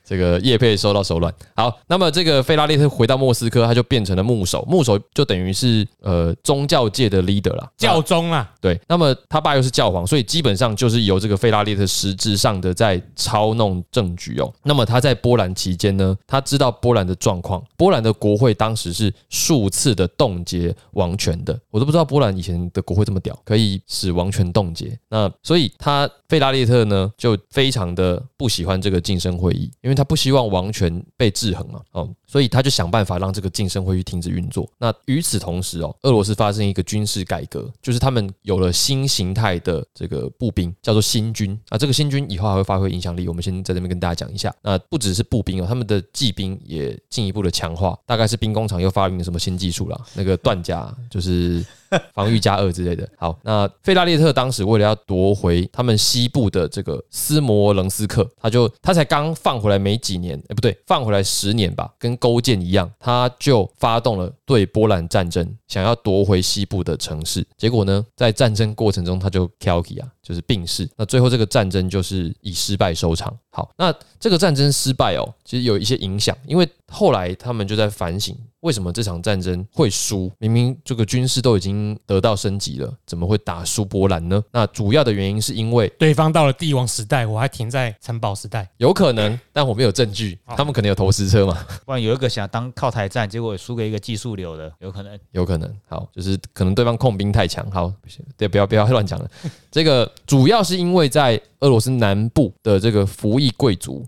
这个叶佩收到手软。好，那么这个费拉列特回到莫斯科，他就变成了牧首，牧首就等于是呃宗教界的 leader 啦，教宗啊，对。那么他爸又是教皇，所以基本上就是由这个费拉列特实质上的在操弄政局哦。那么他在波兰期间呢，他知道波兰的状况，波兰的国会当时是数次的冻结王权的，我都不知道波兰以前的国会这么屌，可以使王权冻结。那所以他费拉列特呢就非常的不喜欢这个晋升会议，因为他不希望王权被制衡嘛，哦，所以他就想办法让这个晋升会议停止运作。那与此同时哦，俄罗斯发生一个军事改革，就是他们有了新形态的这个步兵，叫做新军啊。这个新军以后还会发挥影响力，我们先在这边跟大家讲一下。那不只是步兵哦，他们的骑兵也进一步的强化，大概是兵工厂又发明了什么新技术啦，那个断甲就是 [laughs] 防御加二之类的。好，那费拉列特当时为了要夺回他们西部的这个斯摩棱斯克，他就他才刚放回来没几年，哎、不对，放回来十年吧，跟勾践一样，他就发动了对波兰战争，想要夺回西部的城市。结果呢，在战争过程中他就 k a l k i 啊，就是病逝。那最后这个战争就是以失败收场。好，那这个战争失败哦，其实有一些影响，因为后来他们就在反省，为什么这场战争会输？明明这个军事都已经得到升级了，怎么会打输波兰呢？那主要的原因是因为对方到了帝王时代，我还停在城堡时代。有可能，但我没有证据，他们可能有投石车嘛，不然有一个想当靠台战，结果输给一个技术流的，有可能。有可能。好，就是可能对方控兵太强。好，不行对，不要不要乱讲了。 [laughs] 这个主要是因为在俄罗斯南部的这个服役贵族。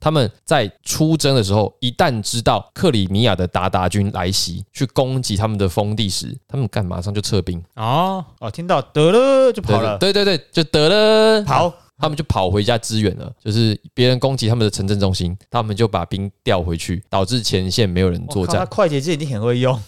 他们在出征的时候，一旦知道克里米亚的鞑靼军来袭，去攻击他们的封地时，他们干马上就撤兵，哦，哦，听到得了就跑了，对对对，对嗯就得了，跑。他们就跑回家支援了。就是别人攻击他们的城镇中心，他们就把兵调回去，导致前线没有人我作哦靠战他。快捷键一定很会用，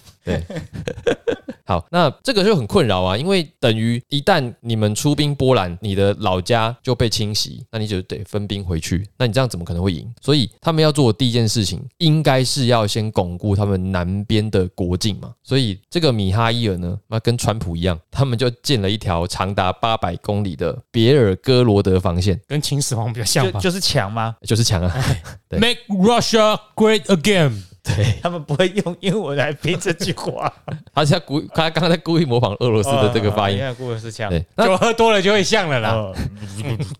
好，那这个就很困扰啊，因为等于一旦你们出兵波兰，你的老家就被侵袭，那你就得分兵回去，那你这样怎么可能会赢？所以他们要做的第一件事情，应该是要先巩固他们南边的国境嘛。所以这个米哈伊尔呢，那跟川普一样，他们就建了一条长达八百公里的别尔哥罗德防线，跟秦始皇比较像就吧。就是强吗？就是墙啊。对 Make Russia great again，对，他们不会用英文来拼这句 [laughs] 话。他现在故意他刚刚在故意模仿俄罗斯的这个发音。哦，故事腔。对，那酒喝多了就会像了啦。哦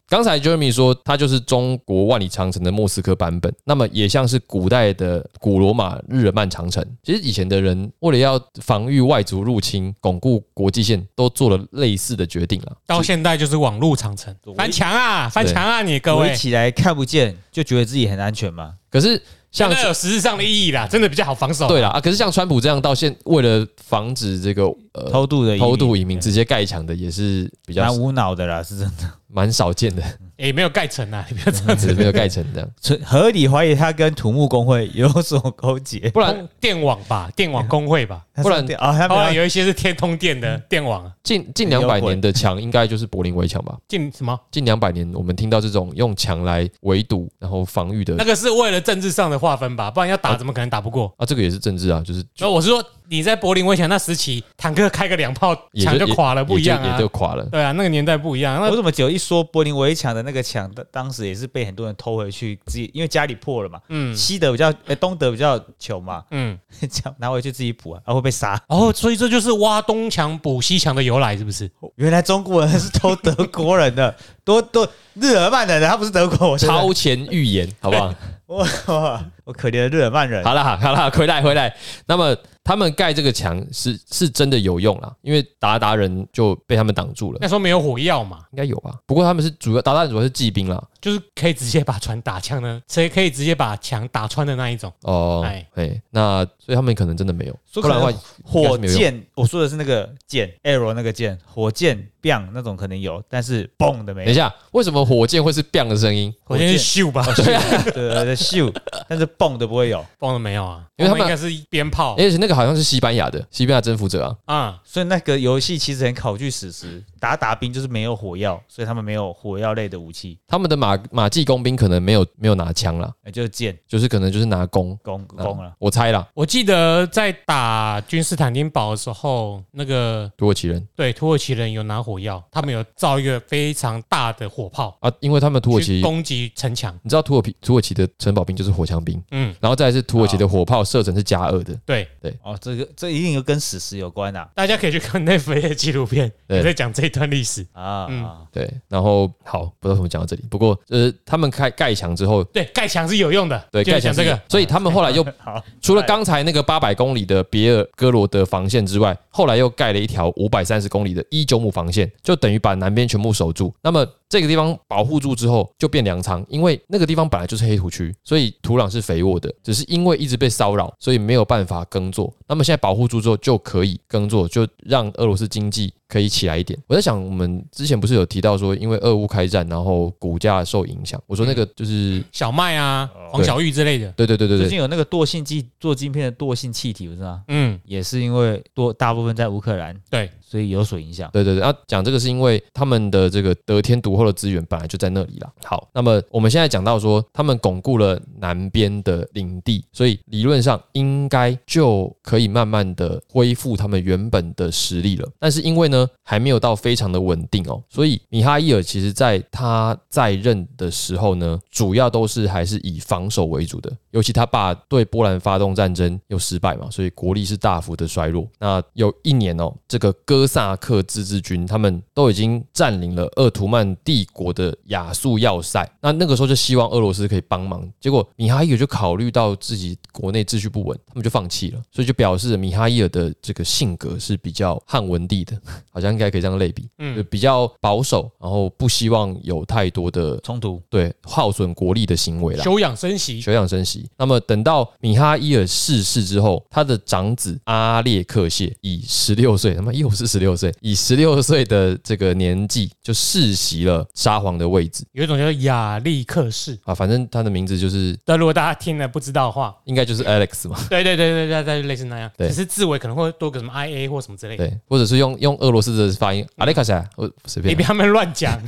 刚才 Jeremy 说，它就是中国万里长城的莫斯科版本，那么也像是古代的古罗马日耳曼长城。其实以前的人为了要防御外族入侵、巩固国际线，都做了类似的决定了。到现在就是网络长城对，翻墙啊，翻墙啊，你各我一位，起来看不见，就觉得自己很安全嘛。可是像像有实质上的意义啦，真的比较好防守。嗯对啦，啊，可是像川普这样，到现为了防止这个呃偷渡的移民偷渡移民，直接盖墙的也是比较蛮无脑的啦，是真的。 [laughs] 蛮少见的， [laughs] 也没有盖成啊，你不要这样只是子。没有盖成这样。存合理怀疑他跟土木工会有所 [laughs] 勾结，不然电网吧，电网工会吧，不然哦啊，他后来们要有一些是天通电的电网啊，近近两百有鬼年的墙应该就是柏林围墙吧？进什么？近两百年，我们听到这种用墙来围堵然后防御的那个是为了政治上的划分吧，不然要打怎么可能打不过？啊，这个也是政治啊，就是然后我是说，你在柏林围墙那时期，坦克开个两炮，也墙就垮了，也不一样也就哦啊也。就垮 [laughs] 了。对啊，那个年代不一样。我那怎么只有一说柏林围墙的那个墙，当当时也是被很多人偷回去，自己因为家里破了嘛，嗯西德比较，呃，东德比较穷嘛， [laughs] 嗯，这样拿回去自己补啊，啊会被杀。 [laughs] 哦，所以这就是挖东墙补西墙的由来，是不是？原来中国人是偷德国人的， [laughs] 多多日耳曼人的，啊他不是德国。我真的 [laughs] 超前预言，好 [laughs] 不好？我我我可怜的日耳曼人，好啦，好啦，回来回来。那么他们盖这个墙是是真的有用啦，啊因为鞑靼人就被他们挡住了那，时候没有火药嘛，应该有吧？不过他们是主要鞑靼人主要是骑兵啦，就是可以直接把船打 [laughs] 枪的，谁可以直接把墙打穿的那一种。哦，哎哎，那所以他们可能真的没有，说不可然的能话火箭，我说的是那个箭，arrow 那个箭，火箭 bang 那种可能有，但是嘣哎的没等一有。下，为什么火箭会是 “bang” 的声音？火箭是咻吧， [laughs] 对啊，对对对，咻，但是嘣的不会有，崩了没有啊？哦因为他我们应该是鞭炮而且那个好像是西班牙的，西班牙征服者啊，啊，所以那个游戏其实很考据史实。打打兵就是没有火药，所以他们没有火药类的武器，他们的马马骑工兵可能没有没有拿枪啦，呃就是箭、就是可能就是拿弓啊弓、弓啊了。，我猜啦，我记得在打君士坦丁堡的时候，那个土耳其人对土耳其人有拿火药，他们有造一个非常大的火炮啊，因为他们土耳其，去攻击城墙。你知道土耳其土耳其的城堡兵就是火枪兵，嗯，然后再来是土耳其的火炮射程是加二的，对，哦，这个这一定有跟史实有关啊大家可以去看 [laughs] 那飞的纪录片，对也在讲这一段历史。啊！嗯啊对，然后好，不知道怎么讲到这里，不过呃，他们开盖墙之后。对，盖墙是有用的，对，就盖是墙讲这是个，，所以他们后来就好，除了刚才那个八百公里的别尔哥罗德防线之外，后来又盖了一条五百三十公里的伊久姆防线，就等于把南边全部守住。那么这个地方保护住之后，就变粮仓，因为那个地方本来就是黑土区，所以土壤是肥沃的，只是因为一直被骚扰，所以没有办法耕作。那么现在保护住之后，就可以耕作，就让俄罗斯经济可以起来一点。我在想，我们之前不是有提到说，因为俄乌开战，然后股价受影响。我说那个就是，小麦啊、哦黄小玉之类的。对对对对最对近有那个惰性剂做晶片的惰性气体，不是吗？嗯，也是因为多大部分在乌克兰，对，所以有所影响。对对对，啊，讲这个是因为他们的这个得天独厚的资源本来就在那里啦。好，那么我们现在讲到说，他们巩固了南边的领地，所以理论上应该就可以慢慢的恢复他们原本的实力了。但是因为呢，还没有到非常的稳定哦，所以米哈伊尔其实在他在任的时候呢，主要都是还是以防守为主的，尤其他爸对波兰发动战争又失败嘛，所以国力是大幅的衰落。那有一年哦，这个哥萨克自治军他们都已经占领了鄂图曼帝国的亚速要塞，那那个时候就希望俄罗斯可以帮忙，结果米哈伊尔就考虑到自己国内秩序不稳，他们就放弃了，所以就表示米哈伊尔的这个性格是比较汉文帝的， [laughs] 好像应该可以这样类比，嗯就比较保守，然后不希望有太多的 [laughs] 冲突对耗损国力的行为啦。休养生息。休养生息。那么等到米哈伊尔逝世之后，他的长子阿列克谢以十六岁，他妈又是十六岁，以十六岁的这个年纪就世袭了沙皇的位置有一种叫亚历克氏，啊。反正他的名字就是但如果大家听了不知道 [laughs] 的话，应该就是 Alex 嘛，对对对对对对，类似那样，对只是字尾可能会多个什么 I A 或什么之类的。对，或者是用用俄罗斯的发音嗯阿列克谢，我随你便不啊。要们乱 [laughs] 讲，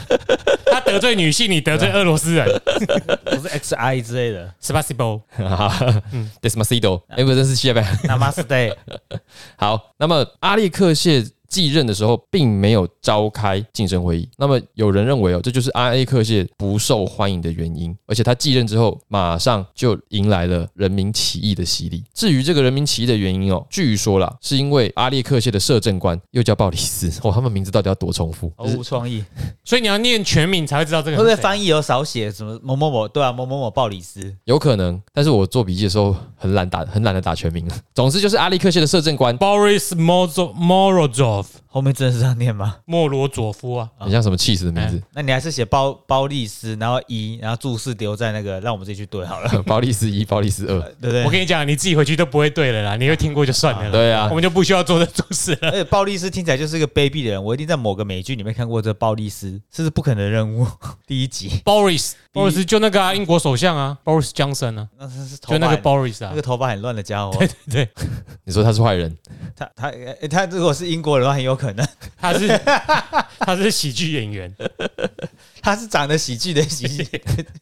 他得罪女性，你得罪俄罗斯人。啊不是 XI 之类的 s p 嗯啊 a s i b [laughs] l 哈哈 Desmacido，哎，不，这是谢呗。 ，Namaste。好，那么阿列克谢继任的时候并没有召开晋升会议。那么有人认为哦，这就是 RNA 克谢不受欢迎的原因，而且他继任之后马上就迎来了人民起义的洗礼。至于这个人民起义的原因哦，据说啦，是因为阿列克谢的摄政官又叫鲍里斯哦，他们名字到底要多重呃复？毫无创意，所以你要念全名才会知道这会个不人 [laughs] 会是谁。翻译有少写什么某某某？对啊，某某某鲍里斯，有可能，但是我做笔记的时候很懒打，很懒得打全名。总之就是阿列克谢的摄政官 Boris Mozo- Morozov 后面真的是这样念吗？ [laughs] 莫罗佐夫啊，很像什么气死的名字，那你还是写包包利斯，然后一，然后注释留在那个，让我们自己去对好了， [laughs] 鲍利斯一、鲍利斯二，对不对我？跟你讲，你自己回去都不会对了啦，你会听过就算了啦。对啊我们就不需要做这注释了。而且鲍利斯听起来就是一个卑鄙的人，我一定在某个美剧里面看过这鲍利斯，这是不可能的任务 [laughs] 第一集， Boris Boris 就那个啊，英国首相啊，Boris Johnson 啊，那是是头发就那个很 Boris 啊那个，头发很乱的家伙， [laughs] 对，你说他是坏人，他他诶他如果是英国人的话，很有可能 [laughs] 他是他是喜剧演员。他是长得喜剧的喜 [laughs] 剧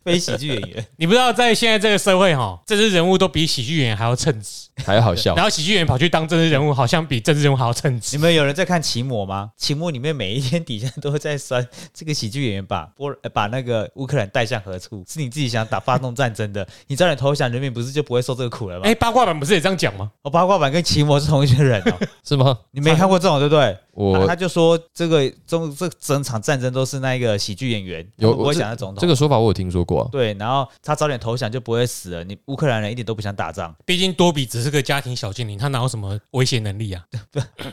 非喜剧演员，你不知道在现在这个社会哈，政治人物都比喜剧演员还要称职，还要好 [laughs] 笑然。后喜剧演员跑去当政治人物，好像比政治人物还要称你职。们有人在看奇摩吗？奇摩里面每一天底下都会在酸 [laughs] 这个喜剧演员把波呃把那个乌克兰带向何处，是你自己想打发动战争的，你早点投降，人民不是就不会受这个苦了吗？哎，八卦版不是也这样讲吗？哦，八卦版跟奇摩是同一群人 [laughs] 哦，是吗？你没看过这种对不对？他我他就说这个中这整场战争都是那一个喜剧演员，有他们不我会想到总统。这个说法我有听说过啊、对，然后他早点投降就不会死了。你乌克兰人一点都不想打仗，毕竟多比只是个家庭小精灵，他哪有什么威胁能力啊？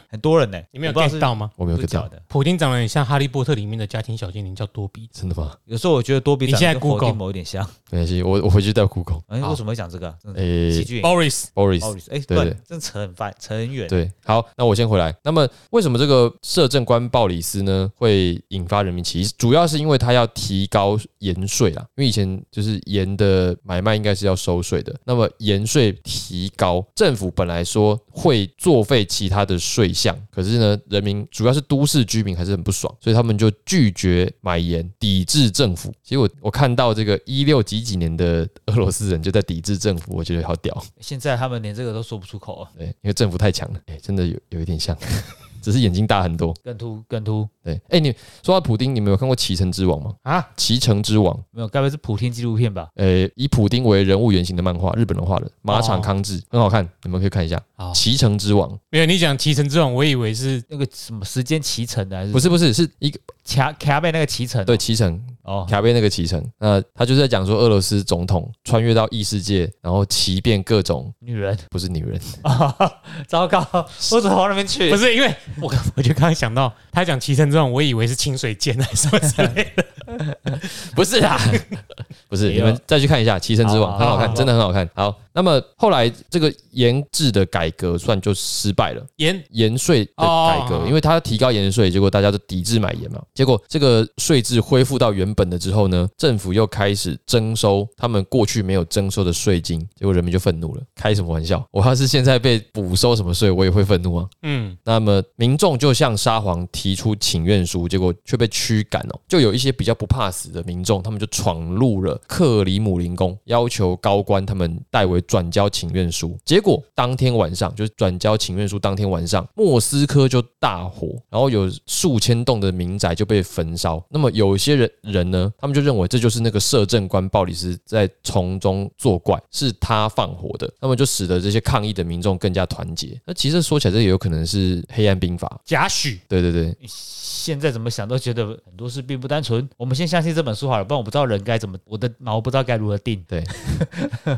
很多人呢、你没我有不知道 get 是到吗？我没有不是 get 假到，的。普丁长得很像《哈利波特》里面的家庭小精灵，叫多比。真的吗？有时候我觉得多比你长现在得跟否 Google 定某一点像。没关系，我我回去带 Google。哎，好为什么会讲这个啊？真的诶、喜剧演员 Boris， b o r i s Boris，哎，对对，真的扯很烦，扯很远。对，好，那我先回来。那么，为什么这个摄政官鲍里斯呢会引发人民起义？主要是因为他要提高盐税啦，因为以前就是盐的买卖应该是要收税的。那么盐税提高，政府本来说会作废其他的税项，可是呢，人民主要是都市居民还是很不爽，所以他们就拒绝买盐，抵制政府。其实我我看到这个一六几几年的俄罗斯人就在抵制政府，我觉得好屌。现在他们连这个都说不出口啊，对，因为政府太强了，哎、真的有有一点像， [laughs] 只是眼睛大很多。更秃更秃。对，哎、你说到普丁，你们有看过《骑乘之王》吗？啊， 《骑乘之王》，没有，该不会是普天纪录片吧？呃，以普丁为人物原型的漫画，日本人画的，马场哦康治、很好看，你们可以看一下好《骑乘之王》。没有你讲骑乘之王，我以为是那个什么时间骑乘的还是不是不是，是一个卡卡贝那个骑乘哦？对骑乘哦，卡贝那个骑乘，那他就是在讲说俄罗斯总统穿越到异世界，然后骑遍各种女人。 [laughs] 不是女人，啊，糟糕，我怎么往那边去？不是因为我刚 [laughs] 我就刚刚想到他讲骑乘之王，我以为是清水剑还是什么之类的。不是啊， [laughs] 不是，没你有们再去看一下《骑乘之王》，好很好好看，好真的很好看。好，那么后来这个研制的改革算就失败了。盐盐税的改革，哦因为它提高盐税，结果大家都抵制买盐嘛。结果这个税制恢复到原本的之后呢，政府又开始征收他们过去没有征收的税金，结果人民就愤怒了。开什么玩笑？我要是现在被补收什么税，我也会愤怒啊。嗯，那么民众就向沙皇提出请愿书，结果却被驱赶哦。就有一些比较不怕死的民众，他们就闯入了克里姆林宫，要求高官他们代为转交请愿书。结果当天晚上，就是转交请愿书当天晚上，莫斯科就大火，然后有数千栋的民宅就被焚烧。那么有些人人呢，他们就认为这就是那个摄政官鲍里斯在从中作怪，是他放火的。那么就使得这些抗议的民众更加团结。那其实说起来，这也有可能是黑暗兵法。贾诩对对对，现在怎么想都觉得很多事并不单纯。我们先相信这本书好了，不然我不知道人该怎么，我的脑不知道该如何定。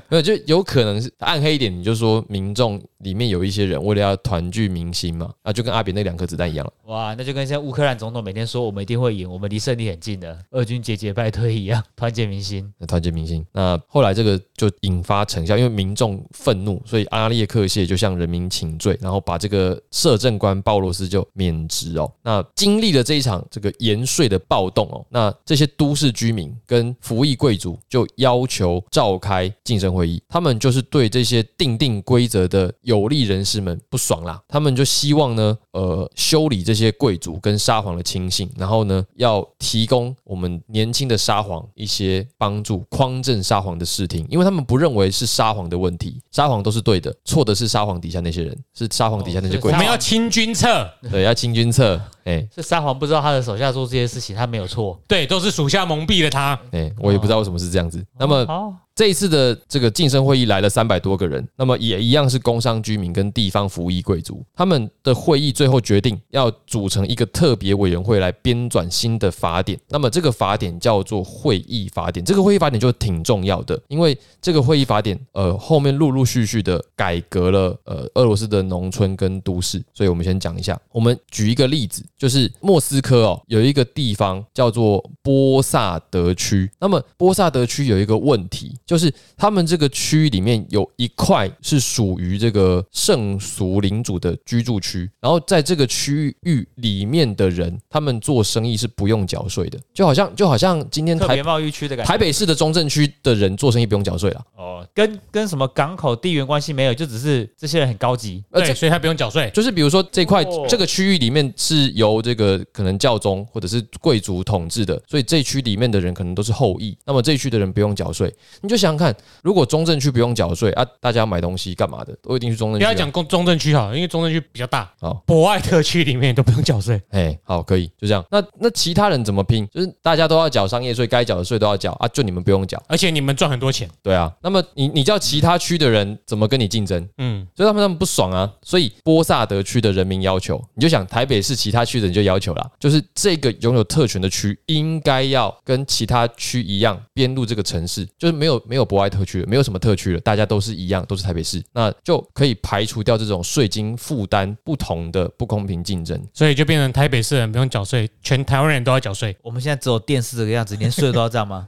没有就有可能是暗黑一点，你就说民众里面有一些人为了要团聚民心嘛，啊，就跟阿扁那两颗子弹一样了。哇，那就跟现在乌克兰总统每天说我们一定会赢，我们离胜利很近的，俄军节节败退一样，团结民心。那团结民心。那后来这个就引发成效，因为民众愤怒，所以阿列克谢就向人民请罪，然后把这个摄政官鲍罗斯就免职哦。那经历了这一场这个盐税的暴动哦，那这些都市居民跟服役贵族就要求召开晋升会议，他们就是对这些定定规则的有有利人士们不爽啦，他们就希望呢，呃，修理这些贵族跟沙皇的亲信，然后呢，要提供我们年轻的沙皇一些帮助，匡正沙皇的视听，因为他们不认为是沙皇的问题，沙皇都是对的，错的是沙皇底下那些人，是沙皇底下那些对贵我族，们要清君侧，对，要清君侧，哎、是沙皇不知道他的手下做这些事情，他没有错。对，都是属下蒙蔽了他。哎、我也不知道为什么是这样子。那么哦，这一次的这个晋升会议来了三百多个人，那么也一样是工商居民跟地方服役贵族。他们的会议最后决定要组成一个特别委员会来编纂新的法典。那么这个法典叫做会议法典，这个会议法典就挺重要的，因为这个会议法典呃后面陆陆续续的改革了呃俄罗斯的农村跟都市，所以我们先讲一下。我们举一个例子，就是莫斯科哦有一个地方叫做波萨德区，那么波萨德区有一个问题，就是他们这个区里面有一块是属于这个圣俗领主的居住区，然后在这个区域里面的人，他们做生意是不用缴税的，就好像就好像今天特台别贸易区的感觉。台北市的中正区的人做生意不用缴税了，哦，跟跟什么港口地缘关系没有，就只是这些人很高级。而对，且。所以他不用缴税。就是比如说呃这块哦这个区域里面是由这个可能教宗或者是贵族统治的，所以这区里面的人可能都是后裔，那么这一区的人不用缴税。你就想想看，如果中正区不用缴税啊，大家买东西干嘛的都一定去中正不区啊。要讲中中正区好了，因为中正区比较大。好博爱特区里面都不用缴税。哎，好，可以，就这样。那那其他人怎么拼？就是大家都要缴商业税，该缴的税都要缴啊，就你们不用缴。而且你们赚很多钱，对啊，那么你你叫其他区的人怎么跟你竞争？嗯，所以他们他们不爽啊，所以波萨德区的人民要求，你就想台北市其他区的人就要求啦，就是这个拥有特权的区应该要跟其他区一样编入这个城市，就是没有没有博爱特区了，没有什么特区了，大家都是一样，都是台北市，那就可以排除掉这种税金负担不同的不公平竞争。所以就变成台北市人不用缴税，全台湾人都要缴税。我们现在只有电视这个样子，连睡都要这 [laughs] 样吗？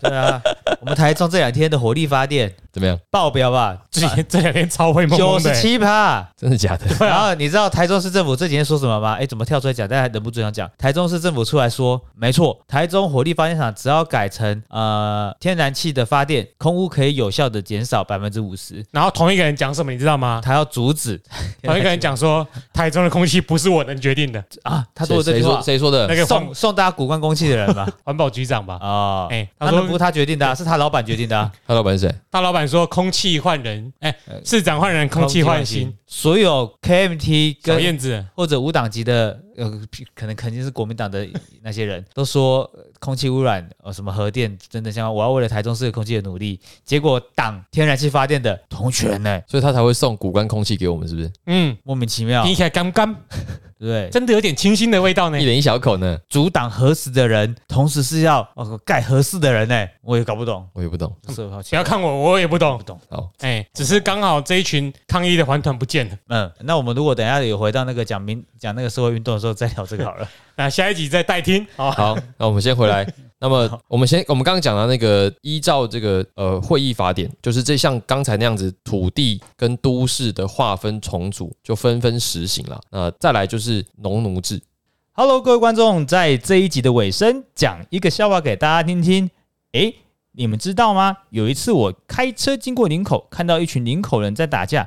对啊，我们台中这两天的火力发电怎么样？爆表吧，之前这两天超会蒙九蒙十的、欸，七趴。真的假的？然啊后你知道台中市政府这几天说什么吗？哎，怎么跳出来讲？大家忍不住想讲，台中市政府出来说，没错，台中火力发电厂只要改成呃天然气的发电，空污可以有效的减少百分之五十。然后同一个人讲什么，你知 [laughs] 道吗？他要阻止同一个人讲说，台中的空气不是我能决定的，啊， [laughs] 他谁说的这谁句说话，谁说的？那个环送送大家古关公器的人 [laughs] 嘛环保局长吧，啊，哎他他说们不是他决定的啊，是他老板决定的啊，他老板是谁？大老板说空气换人，哎，市长换人，空气换心，，所有 KMT 小跟燕子，或者无党籍的，呃，可能肯定是国民党的那些人都说呃空气污染，呃，什么核电等等相关，我要为了台中市的空气的努力。结果党天然气发电的同权呢、所以他才会送骨干空气给我们，是不是？嗯，莫名其妙听，起来干干，对不对，真的有点清新的 [laughs] 味道呢一。人一小口呢，阻挡核实的人，同时是要哦盖核试的人呢、我也搞不懂，我也不懂。是好奇不要看我，我也不懂不，懂。好，哎，只是刚好这一群抗议的环团不见了。嗯，那我们如果等一下有回到那个讲民讲那个社会运动的时候再聊这个好了。那下一集再代听哦。好，那我们先回来。那么我们先，我们刚刚讲到那个依照这个呃会议法典，就是这像刚才那样子土地跟都市的划分重组就纷纷实行了。那再来就是农奴制， Hello，各位观众，在这一集的尾声，讲一个笑话给大家听听。诶，你们知道吗？有一次我开车经过林口，看到一群林口人在打架，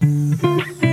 Thank